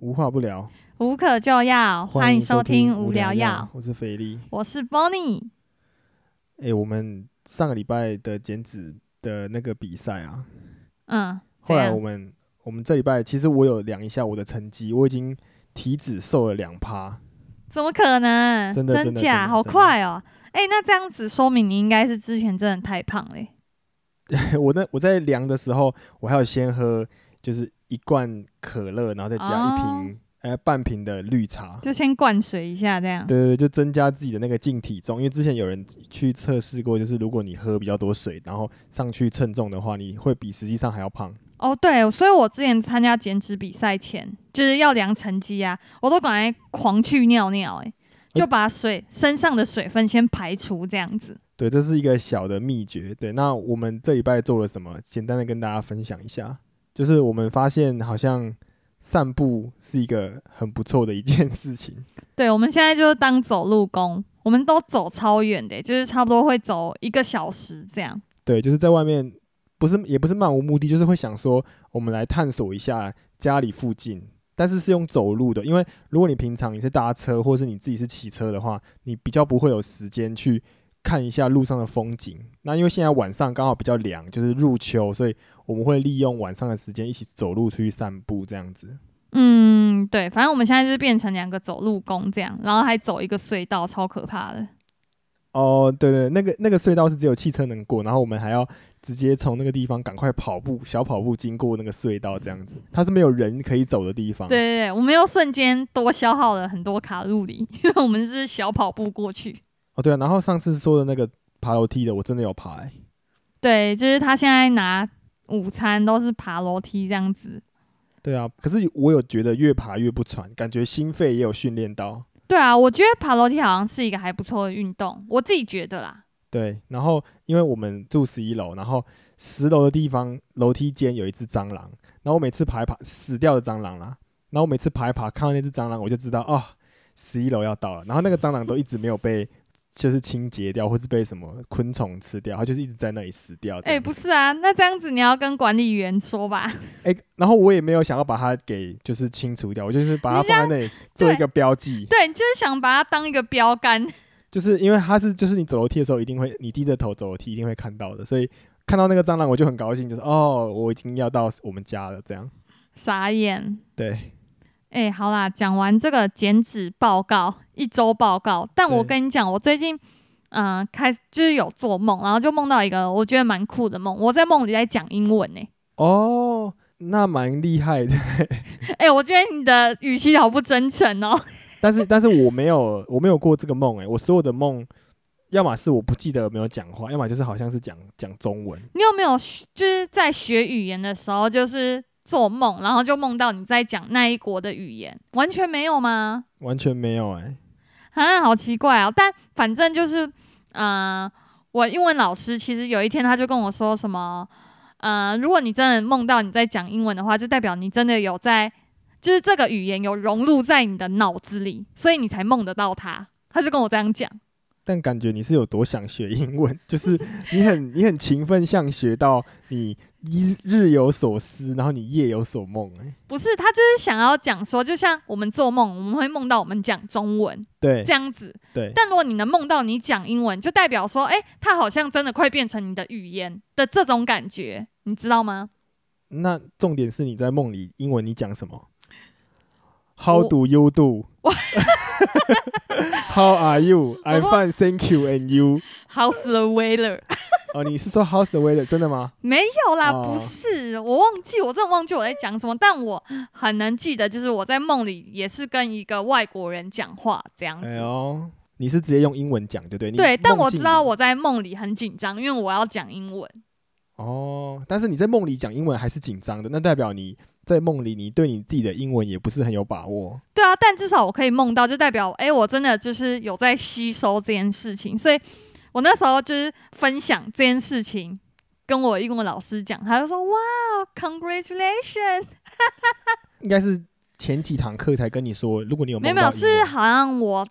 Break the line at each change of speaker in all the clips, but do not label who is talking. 无话不聊，
无可救药，欢迎收听《无聊药》，
我是肥力。
我是 Bonnie。
哎、我们上个礼拜的减脂的那个比赛啊，
嗯，
后来
怎样
我们我们这礼拜其实我有量一下我的成绩，我已经体脂瘦了两趴，
怎么可能？
真的真的真
假？
的
好
真的
快哦！哎、那这样子说明你应该是之前真的太胖欸 嘞、
我那我在量的时候，我还有先喝就是一罐可乐，然后再加
哦
一瓶、呃半瓶的绿茶。
就先灌水一下这样。
对对对，就增加自己的那个净体重，因为之前有人去测试过，就是如果你喝比较多水，然后上去称重的话，你会比实际上还要胖。
哦，对，所以我之前参加减脂比赛前，就是要量成绩啊，我都赶快狂去尿尿、
呃
欸，就把水身上的水分先排除这样子。
对，这是一个小的秘诀。对，那我们这礼拜做了什么？简单的跟大家分享一下，就是我们发现好像散步是一个很不错的一件事情。
对，我们现在就是当走路工，我们都走超远的、欸就是差不多会走一个小时这样。
对，就是在外面，不是也不是漫无目的，就是会想说，我们来探索一下家里附近，但是是用走路的，因为如果你平常你是搭车，或是你自己是骑车的话，你比较不会有时间去看一下路上的风景。那因为现在晚上刚好比较凉，就是入秋，所以我们会利用晚上的时间一起走路出去散步，这样子。
嗯，对，反正我们现在就是变成两个走路工这样，然后还走一个隧道，超可怕的。
哦，对对，那个那个隧道是只有汽车能过，然后我们还要直接从那个地方赶快跑步，小跑步经过那个隧道，这样子，它是没有人可以走的地方。
对对对，我们又瞬间多消耗了很多卡路里，因为我们是小跑步过去。
哦，对啊，然后上次说的那个爬楼梯的，我真的有爬、欸，
对，就是他现在拿午餐都是爬楼梯这样子。
对啊，可是我有觉得越爬越不喘，感觉心肺也有训练到。
对啊，我觉得爬楼梯好像是一个还不错的运动，我自己觉得啦。
对，然后因为我们住十一楼，然后十楼的地方楼梯间有一只蟑螂，然后我每次爬一爬死掉的蟑螂啦，然后我每次爬一爬看到那只蟑螂，我就知道哦，十一楼要到了。然后那个蟑螂都一直没有被就是清洁掉，或是被什么昆虫吃掉，它就是一直在那里死掉这
哎、
样子。
不是啊，那这样子你要跟管理员说吧。
哎、然后我也没有想要把它给就是清除掉，我就是把它
你这样
放在那里做一
对
个标记，
对，你就是想把它当一个标杆。
就是因为它是就是你走楼梯的时候一定会，你低着头走楼梯一定会看到的，所以看到那个蟑螂我就很高兴，就是哦，我已经要到我们家了，这样
傻眼。
对，
哎、好啦，讲完这个减脂报告，一周报告。但我
对
跟你讲，我最近嗯、呃开始就是有做梦，然后就梦到一个我觉得蛮酷的梦。我在梦里在讲英文呢、
哦，那蛮厉害的，
哎、我觉得你的语气好不真诚哦。
但是但是我没有我没有过这个梦，哎，我所有的梦。要么是我不记得有没有讲话，要么就是好像是讲讲中文。
你有没有学就是在学语言的时候，就是做梦，然后就梦到你在讲那一国的语言？完全没有吗？
完全没有哎、
啊，好奇怪哦！但反正就是，呃，我英文老师其实有一天他就跟我说什么，呃，如果你真的梦到你在讲英文的话，就代表你真的有在，就是这个语言有融入在你的脑子里，所以你才梦得到它。他就跟我这样讲，
但感觉你是有多想学英文， 就是你很你很勤奋向学到你一日有所思，然后你夜有所梦、哎，
不是他就是想要讲说，就像我们做梦，我们会梦到我们讲中文
对
这样子，
对，
但如果你能梦到你讲英文，就代表说，诶、它好像真的快变成你的语言的这种感觉，你知道吗？
那重点是你在梦里英文你讲什么
我
？How do you do? How are you? I'm
我
fine, thank you. And you?
How's the weather？
哦，你是说 How's the weather？真的吗？
没有啦，
哦
不是，我忘记，我真的忘记我在讲什么，但我很能记得，就是我在梦里也是跟一个外国人讲话这样子。
哎呦，你是直接用英文讲，对不对？你
对，但
梦
我
境
知道
里
我在梦里很紧张，因为我要讲英文。
哦，但是你在梦里讲英文还是紧张的，那代表你在梦里你对你自己的英文也不是很有把握。
对啊，但至少我可以梦到，就代表哎、诶我真的就是有在吸收这件事情。所以我那时候就是分享这件事情，跟我英文老师讲，他就说：“哇，congratulation！”
应该是前几堂课才跟你说，如果你有
没有
梦
没
到
有，
英文
是好像我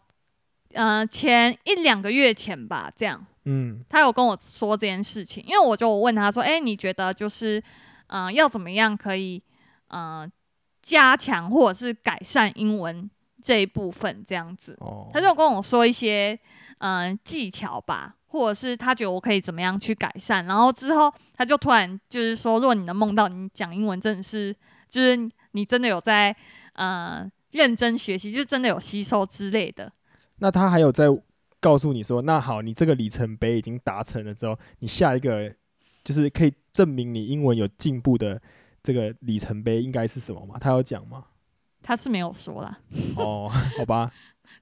呃前一两个月前吧，这样。
嗯
他有跟我说这件事情，因为呃我就问他说：“哎、你觉得就是，嗯、要怎么样可以，嗯、加强或者是改善英文这一部分这样子。
哦，
他就有跟我说一些嗯、呃技巧吧，或者是他觉得我可以怎么样去改善。然后之后他就突然就是说，如果你能梦到你讲英文，真的是就是你真的有在呃认真学习，就是真的有吸收之类的。
那他还有在告诉你说，那好，你这个里程碑已经达成了之后，你下一个就是可以证明你英文有进步的这个里程碑应该是什么吗？他有讲吗？
他是没有说啦，
哦， 好吧，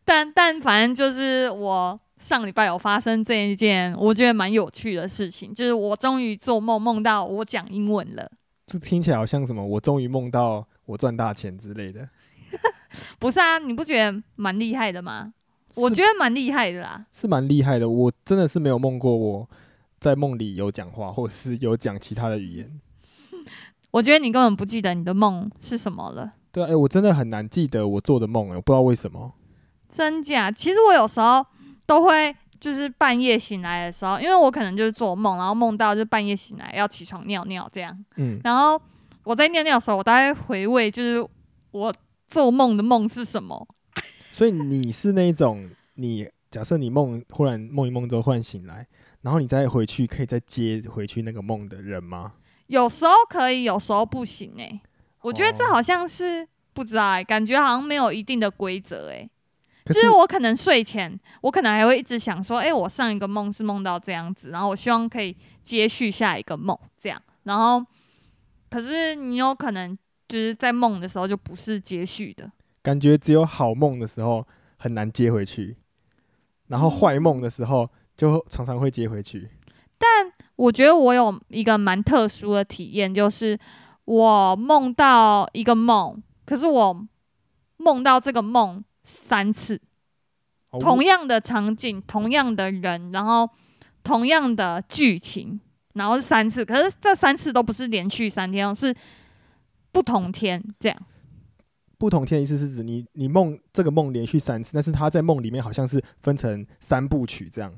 但但反正就是我上礼拜有发生这一件我觉得蛮有趣的事情，就是我终于做梦梦到我讲英文了。
这听起来好像什么，我终于梦到我赚大钱之类的。
不是啊，你不觉得蛮厉害的吗？我
是
觉得蛮厉害的啦。
是蛮厉害的，我真的是没有梦过我在梦里有讲话，或者是有讲其他的语言。
我觉得你根本不记得你的梦是什么了，
对啊，哎、我真的很难记得我做的梦、诶我不知道为什么。
真假？其实我有时候都会，就是半夜醒来的时候，因为我可能就是做梦，然后梦到就半夜醒来要起床尿尿这样，
嗯，
然后我在尿尿的时候，我大概回味就是我做梦的梦是什么。
所以你是那一种，你假设你梦忽然梦一梦之后忽然醒来，然后你再回去可以再接回去那个梦的人吗？
有时候可以，有时候不行哎、我觉得这
哦
好像是、不知道哎、感觉好像没有一定的规则哎。
可
就是我可能睡前，我可能还会一直想说，哎、我上一个梦是梦到这样子，然后我希望可以接续下一个梦这样，然后可是你有可能就是在梦的时候就不是接续的，
感觉只有好梦的时候很难接回去，然后坏梦的时候就常常会接回去。
我觉得我有一个蛮特殊的体验，就是我梦到一个梦，可是我梦到这个梦三次，
哦
同样的场景、同样的人，然后同样的剧情，然后是三次，可是这三次都不是连续三天，哦，是不同天这样。
不同天的意思是指你你梦这个梦连续三次，但是他在梦里面好像是分成三部曲这样。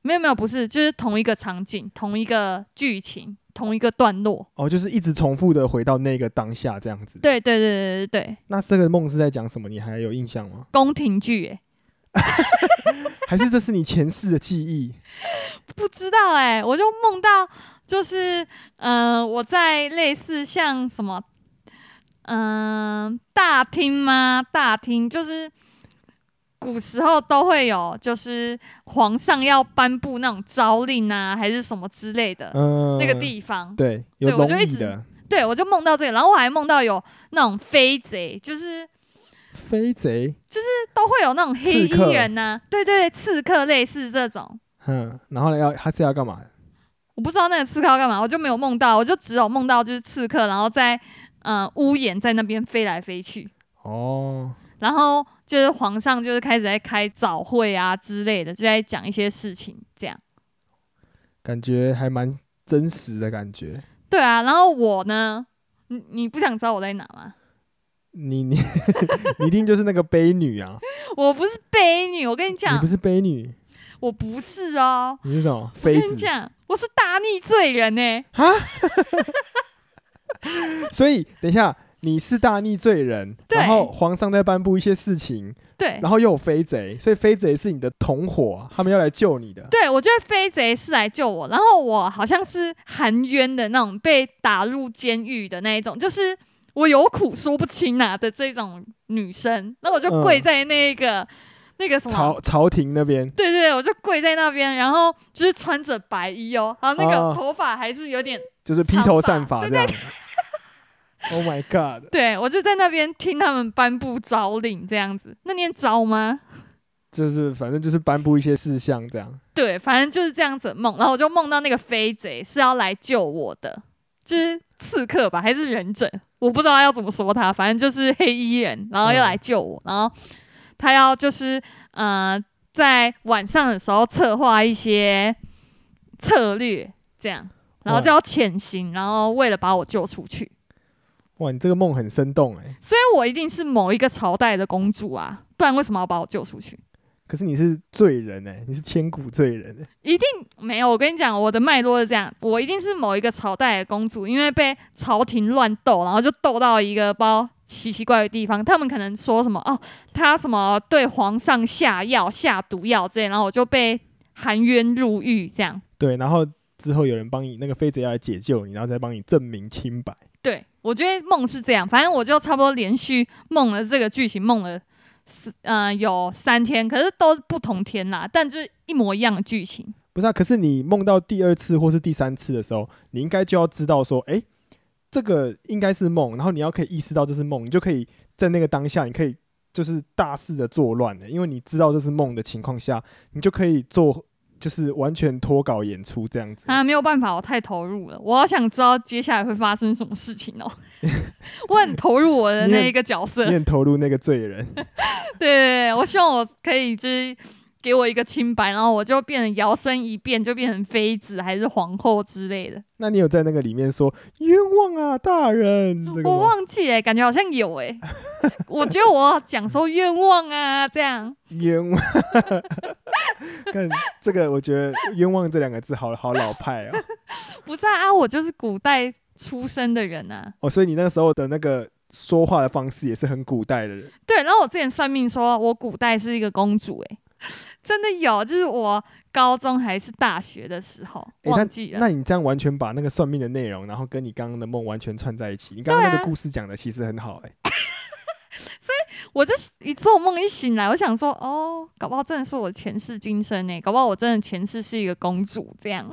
没有没有，不是，就是同一个场景、同一个剧情、同一个段落。
哦，就是一直重复的回到那个当下这样子。，
对对对对对对，？
那这个梦是在讲什么？你还有印象吗
宫廷剧诶、
还是这是你前世的记 忆？
不知道哎、我就梦到就是嗯、呃我在类似像什么嗯、呃大厅吗？大厅就是古时候都会有，就是皇上要颁布那种诏令啊，还是什么之类的、
嗯、
那个地方。
对，有
对我
龙
就一
椅
直
的
对，我就梦到这个，然后我还梦到有那种飞贼，就是
飞贼，
都会有那种黑
刺客
衣人呐、对对对，刺客类似这种。
嗯，然后呢要他是要干嘛？
我不知道那个刺客要干嘛，我就没有梦到，我就只有梦到就是刺客，然后在嗯、呃屋檐在那边飞来飞去，
哦，
然后就是皇上就是开始在开早会啊之类的，就在讲一些事情这样。
感觉还蛮真实的感觉。
对啊，然后我呢，你你不想知道我在哪吗？
你你 你一定就是那个悲女啊！
我不是悲女，我跟你
你
讲
不，是悲女，
我不是哦，
你是什么？
我
妃
跟你
子。
讲，我是大逆罪人呢、
所以等一下，你是大逆罪人，
对哎
然后皇上在颁布一些事情，
对
然后又有飞贼，所以飞贼是你的同伙，他们要来救你的。
对，我觉得飞贼是来救我，然后我好像是含冤的那种被打入监狱的那一种，就是我有苦说不清啊的这种女生。那我就跪
嗯
在那个、那个什么，
朝朝廷那边，
对对，我就跪在那边，然后就是穿着白衣哦，然后那
哦
个头发还是有点，
就是披头散发这样。Oh my god！
对我就在那边听他们颁布诏令这样子，那念诏吗？
就是反正就是颁布一些事项这样。
对，反正就是这样子的梦，然后我就梦到那个飞贼是要来救我的，就是刺客吧，还是忍者，我不知道要怎么说他，反正就是黑衣人，然后要来救我，然后他要就是呃，在晚上的时候策划一些策略，这样，然后就要潜行，然后为了把我救出去，
哇，你这个梦很生动哎、
所以我一定是某一个朝代的公主啊，不然为什么要把我救出去？
可是你是罪人哎、你是千古罪人、欸。
一定没有，我跟你讲，我的脉络是这样，我一定是某一个朝代的公主，因为被朝廷乱斗，然后就斗到一个包奇奇怪怪的地方。他们可能说什么哦，他什么对皇上下药、下毒药之类，然后我就被含冤入狱这样。
对，然后之后有人帮你那个飞贼要来解救你，然后再帮你证明清白。
对，我觉得梦是这样，反正我就差不多连续梦了这个剧情，梦了四呃有三天，可是都不同天啦，但就是一模一样的剧情。
不是啊，可是你梦到第二次或是第三次的时候，你应该就要知道说，哎、这个应该是梦，然后你要可以意识到这是梦，你就可以在那个当下，你可以就是大肆的作乱的，因为你知道这是梦的情况下，你就可以做就是完全脱稿演出这样子。
啊，没有办法，我太投入了，我好想知道接下来会发生什么事情 哦。我很投入我的
你很
那一个角色，
你
对
很投入那个罪人，
啊对对，我希望我可以就是给我一个清白，然后我就变成摇身一变，就变成妃子还是皇后之类的。
那你有在那个里面说冤枉啊，大人？这个
我
吗？
忘记哎、感觉好像有哎、 我觉得我讲说冤枉啊，这样
冤枉。 看这个，我觉得“冤枉”这两个字好好老派哦。
不是啊，啊我就是古代出生的人啊。
哦，所以你那个时候的那个说话的方式也是很古代的人，
对，然后我之前算命说我古代是一个公主、欸，真的有，就是我高中还是大学的时候、
欸
忘记了。
那你这样完全把那个算命的内容，然后跟你刚刚的梦完全串在一起。你刚刚
对啊
那个故事讲的其实很好、欸，
我就一做梦一醒来，我想说，哦，搞不好真的是我前世今生呢、搞不好我真的前世是一个公主，这样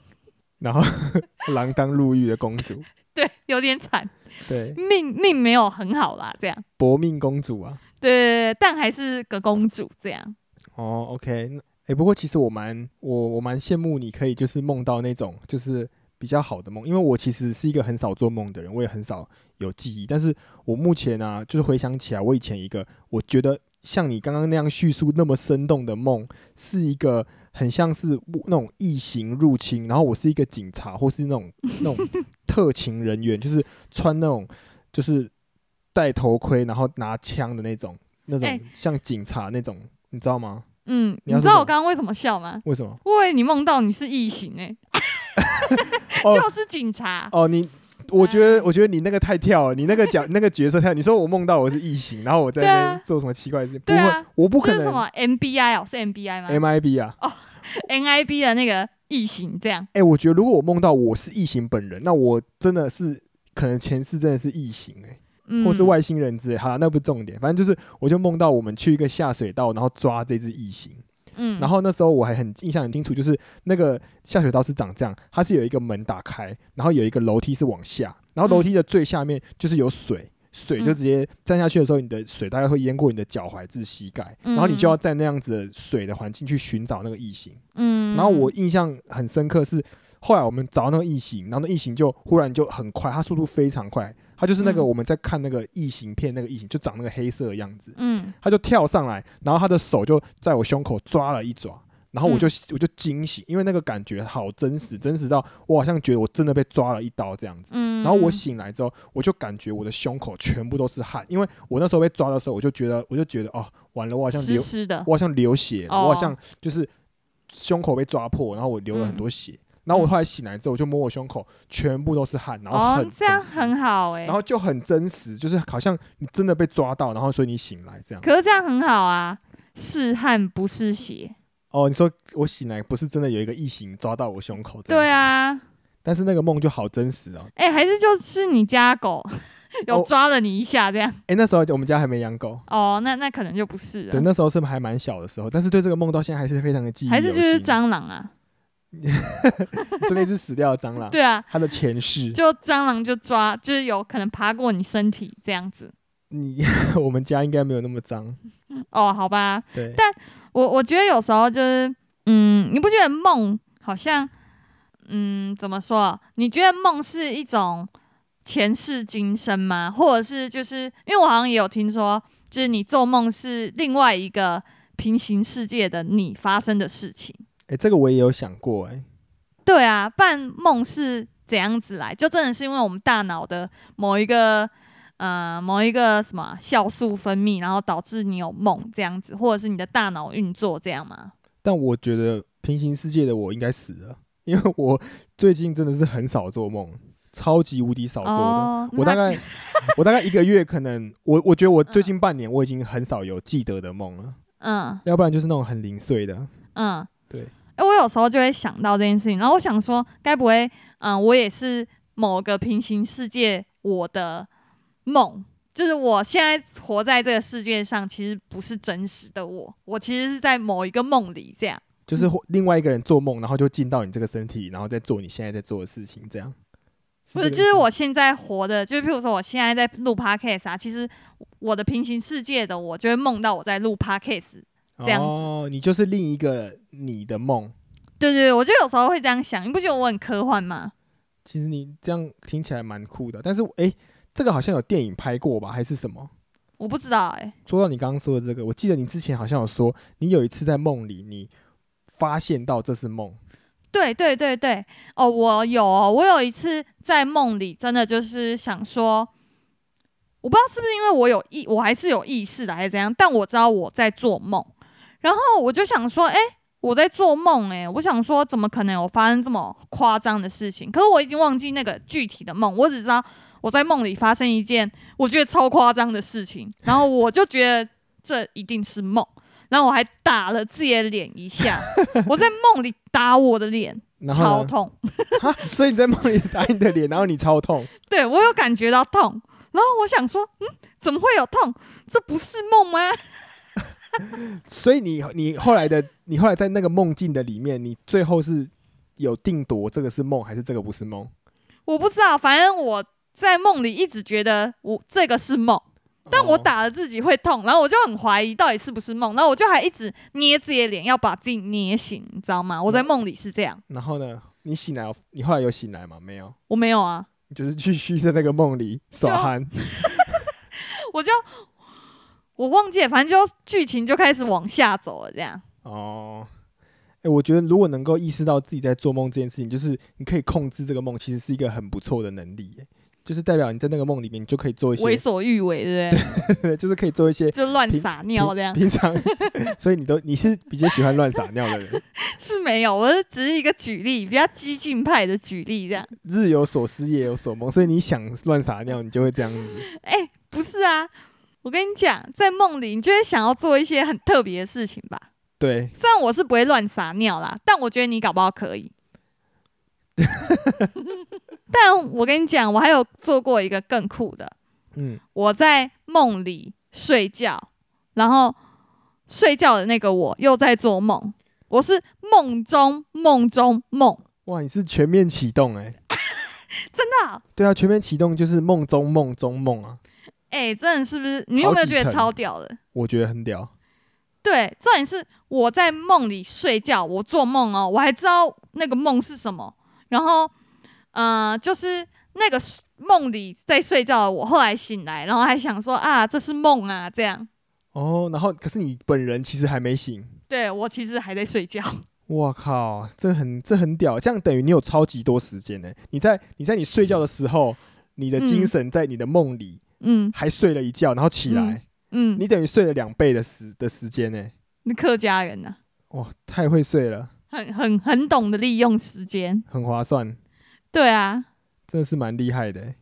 然后 锒铛入狱的公 主，
对，有点惨，
对，
命命没有很好啦，这样
薄命公主啊。
对对对，但还是个公主这样。
哦，OK，那欸不过其实我蛮我我蛮羡慕你可以就是梦到那种就是比较好的梦，因为我其实是一个很少做梦的人，我也很少有记忆，但是我目前啊，就是回想起来，我以前一个我觉得像你刚刚那样叙述那么生动的梦，是一个很像是那种异形入侵，然后我是一个警察或是那种那种特勤人员，就是穿那种就是戴头盔然后拿枪的那种那种
哎
像警察那种，你知道吗？
嗯，
你
你
要
知
说什
道
么
我刚刚为什么笑吗？
为什么？
因为你梦到你是异形哎、
哦
就是警察，
哦，你，我觉得，
啊嗯
我觉得你那个太跳了，你那个 角那个角色跳。你说我梦到我是异形，然后我在那
对啊
边做什么奇怪的事情？不
对啊
会，我不
就
可
是什
能。
么 MBI 哦，是 MBI 吗
MIB 啊，
NIB 的那个异形这样。
哎、我觉得如果我梦到我是异形本人，那我真的是可能前世真的是异形哎、
嗯，
或是外星人之类。好了，那不是重点，反正就是我就梦到我们去一个下水道，然后抓这只异形。
嗯，
然后那时候我还很印象很清楚，就是那个下水道是长这样，它是有一个门打开，然后有一个楼梯是往下，然后楼梯的最下面就是有水，水就
嗯
直接站下去的时候，你的水大概会淹过你的脚踝至膝盖，
嗯
然后你就要在那样子的水的环境去寻找那个异形。
嗯，
然后我印象很深刻是，后来我们找到那个异形，然后那异形就忽然就很快，它速度非常快，它就是那个
嗯
我们在看那个异形片，那个异形就长那个黑色的样子。
嗯
他就跳上来，然后他的手就在我胸口抓了一抓，然后
嗯
我就、我就惊醒，因为那个感觉好真实，真实到我好像觉得我真的被抓了一刀这样子。
嗯，
然后我醒来之后，我就感觉我的胸口全部都是汗，因为我那时候被抓的时候，我就觉得我就觉得哦，完了，我好像
湿
流，
湿的，
我好像流血了，
哦
我好像就是胸口被抓破，然后我流了很多
嗯
血。然后我后来醒来之后，我就摸我胸口，全部都是汗，然后很、
哦，这样
很湿，
很好哎、
然后就很真实，就是好像你真的被抓到，然后所以你醒来这样。
可是这样很好啊，是汗不是血。
哦，你说我醒来不是真的有一个异形抓到我胸口？
对
啊，
啊，
但是那个梦就好真实哦。
哎、还是就是你家狗 有
哦
抓了你一下这样。
诶，那时候我们家还没养狗，
哦，那那可能就不是
对，
了，
那时候是还蛮小的时候，但是对这个梦到现在还是非常的记忆
还是
犹
就是
新
蟑螂啊？
你说那只死掉的蟑螂，
对啊，
它的前世，
就蟑螂就抓，就是有可能爬过你身体这样子。
你 我们家应该没有那么脏，
哦，好吧，
对，
我我觉得有时候就是，嗯，你不觉得梦好像，嗯，怎么说？你觉得梦是一种前世今生吗？或者是就是因为我好像也有听说，就是你做梦是另外一个平行世界的你发生的事情。
诶，这个我也有想过、诶，
对啊，办梦是怎样子来？就真的是因为我们大脑的某一个呃某一个什么啊酵素分泌，然后导致你有梦这样子，或者是你的大脑运作这样吗？
但我觉得平行世界的我应该死了，因为我最近真的是很少做梦，超级无敌少做的。
哦
我大
那
概我大概一个月可能我我觉得我最近半年我已经很少有记得的梦了，
嗯
要不然就是那种很零碎的。
嗯，
对。
哎、我有时候就会想到这件事情，然后我想说，该不会，嗯，我也是某个平行世界我的梦，就是我现在活在这个世界上，其实不是真实的我，我其实是在某一个梦里这样。
就是
嗯
或另外一个人做梦，然后就进到你这个身体，然后再做你现在在做的事情，这样。
不
这个
是，就是
意思吗
我现在活的，就是譬如说我现在在录 podcast 啊，其实我的平行世界的我就会梦到我在录 podcast。这样子
哦，你就是另一个你的梦。
对对对，我就有时候会这样想，你不觉得我很科幻吗？
其实你这样听起来蛮酷的，但是诶，这个好像有电影拍过吧，还是什么？
我不知道哎、
说到你刚刚说的这个，我记得你之前好像有说，你有一次在梦里，你发现到这是梦，
对对对对，哦，我有哦、我有一次在梦里，真的就是想说，我不知道是不是因为我有意，我还是有意识的，还是怎样，但我知道我在做梦，然后我就想说，哎、我在做梦，哎，我想说，怎么可能有发生这么夸张的事情？可是我已经忘记那个具体的梦，我只知道我在梦里发生一件我觉得超夸张的事情，然后我就觉得这一定是梦。然后我还打了自己的脸一下，我在梦里打我的脸，
然
超
后呢
痛，
哈 所以你在梦里打你的脸，然后你超痛，
对我有感觉到痛。然后我想说，嗯，怎么会有痛？这不是梦吗？
所以你你后来的你后来在那个梦境的里面，你最后是有定夺这个是梦还是这个不是梦？
我不知道，反正我在梦里一直觉得我这个是梦，但我
哦
打了自己会痛，然后我就很怀疑到底是不是梦，然后我就还一直捏自己的脸，要把自己捏醒，你知道吗？我在梦里是这样，
然后呢，你醒来，你后来有醒来吗？没有，
我没有啊，
你就是继续在那个梦里耍憨。
我就我忘记了，反正就剧情就开始往下走了，这样。
哦，哎、我觉得如果能够意识到自己在做梦这件事情，就是你可以控制这个梦，其实是一个很不错的能力耶。就是代表你在那个梦里面，你就可以做一
为
些，
所欲为，对不 对？
就是可以做一些
就乱
平
撒尿这样，
平常， 所以你都你是比较喜欢乱撒尿的人，
是没有，我是只是一个举例，比较激进派的举例这样。
日有所思，夜有所梦，所以你想乱撒尿，你就会这样子。
哎、不是啊，我跟你讲，在梦里你就会想要做一些很特别的事情吧。
对，
虽然我是不会乱撒尿啦，但我觉得你搞不好 可以。但我跟你讲，我还有做过一个更酷的，
嗯，
我在梦里睡觉，然后睡觉的那个我又在做梦，我是梦中梦中梦，
哇，你是全面启动哎、
真的啊、
对啊，全面启动就是梦中梦中梦啊，
哎、真的是不是？你有没
好
有
几
觉得
层
超屌的？
我觉得很屌。
对，重点是我在梦里睡觉，我做梦哦，我还知道那个梦是什么。然后，呃，就是那个睡梦里在睡觉的我，后来醒来，然后还想说啊，这是梦啊，这样。
哦，然后可是你本人其实还没醒，
对我其实还在睡觉，
我靠，这很这很屌，这样等于你有超级多时间呢、欸你在你在你睡觉的时候，你的精神在你的梦里、
嗯
还睡了一觉，然后起来，
嗯，
你等于睡了两倍的时的时间呢、欸
你客家人呐、
哇，太会睡了，
很很很懂得利用时间。
很划算，
对啊，
真的是蛮厉害的、欸。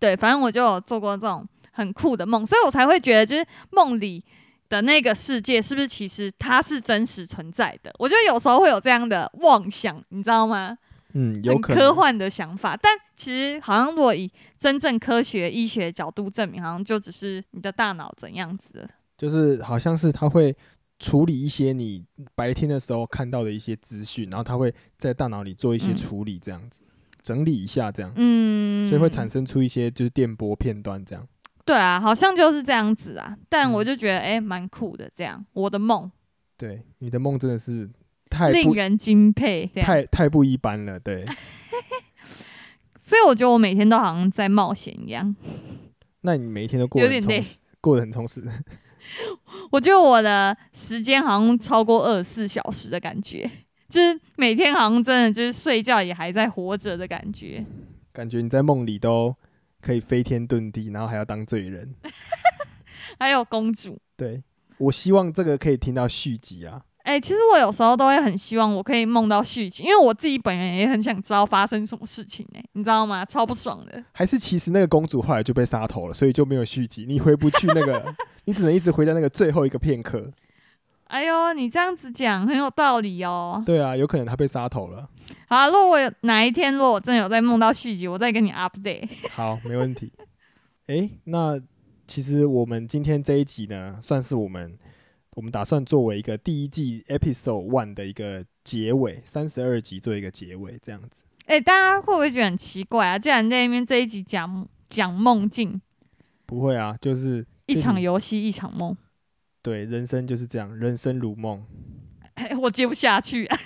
对，反正我就有做过这种很酷的梦，所以我才会觉得，就是梦里的那个世界是不是其实它是真实存在的？我觉得有时候会有这样的妄想，你知道吗？
嗯，有
很
可
科
能。
幻的想法，但其实好像如果以真正科学医学角度证明，好像就只是你的大脑怎样子了。
就是好像是它会处理一些你白天的时候看到的一些资讯，然后它会在大脑里做一些
嗯
处理，这样子、整理一下，这样，
嗯，
所以会产生出一些就是电波片段这样。
对啊，好像就是这样子啊。但
嗯
我就觉得，哎、蛮酷的，这样我的梦
对，你的梦真的是太
令
不
人敬佩，这样。
太太不一般了。 对，
所以我觉得我每天都好像在冒险一样。
那你每一天都过
有
得很
点累
充实，过得很充实。
我觉得我的时间好像超过二十四小时的感觉，就是每天好像真的就是睡觉也还在活着的感觉。
感觉你在梦里都可以飞天遁地，然后还要当罪人。
还有公主，
对我希望这个可以听到续集啊。
哎、对，其实我有时候都会很希望我可以梦到续集，因为我自己本人也很想知道发生什么事情哎、你知道吗？超不爽的。
还是其实那个公主后来就被杀头了，所以就没有续集，你回不去那 个，你只能一直回到那个最后一个片刻。
哎呦，你这样子讲很有道理哦。
对啊，有可能她被杀头了。
好啊，如果我有哪一天，如果我真的有在梦到续集，我再跟你 update。
好，没问 题。诶，那其实我们今天这一集呢，算是我们我们打算作为一个第一季 episode one 的一个结尾，三十二集做一个结尾，这样子。
哎、大家会不会觉得很奇怪啊？既然在那边这一集讲讲梦境，
不会啊，就是
一
就
场
你
游戏一场梦，
对人生就是这样，人生如梦。
哎、我接不下去、 啊。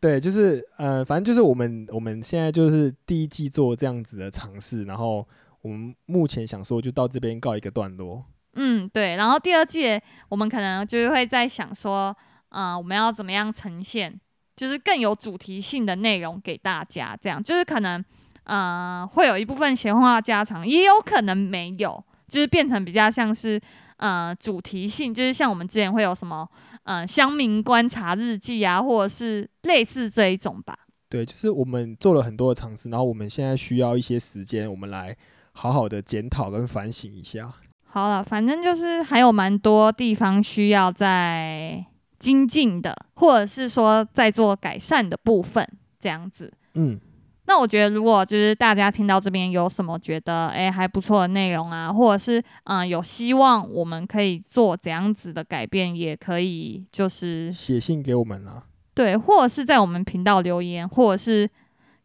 对，就是呃，反正就是我们我们现在就是第一季做这样子的尝试，然后我们目前想说就到这边告一个段落。
嗯，对。然后第二季我们可能就是会在想说，啊、我们要怎么样呈现，就是更有主题性的内容给大家，这样就是可能，呃，会有一部分闲话家常，也有可能没有，就是变成比较像是。呃，主题性就是像我们之前会有什么，呃，乡民观察日记啊，或者是类似这一种吧。
对，就是我们做了很多的尝试，然后我们现在需要一些时间，我们来好好的检讨跟反省一下。
好了，反正就是还有蛮多地方需要在精进的，或者是说在做改善的部分，这样子。
嗯，
那我觉得，如果就是大家听到这边有什么觉得诶还不错的内容啊，或者是嗯、呃有希望我们可以做怎样子的改变，也可以就是
写信给我们啦。
对，或者是在我们频道留言，或者是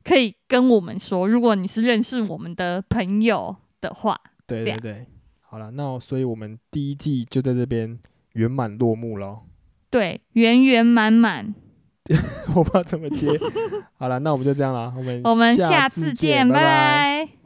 可以跟我们说，如果你是认识我们的朋友的话，
对
这
对
样
对，好了，那所以我们第一季就在这边圆满落幕 喽。
对，圆圆满满。
我不知道怎么接。好了，那我们就这样啦，我们
我们
下
下
次
次
见，
见，拜
拜
拜。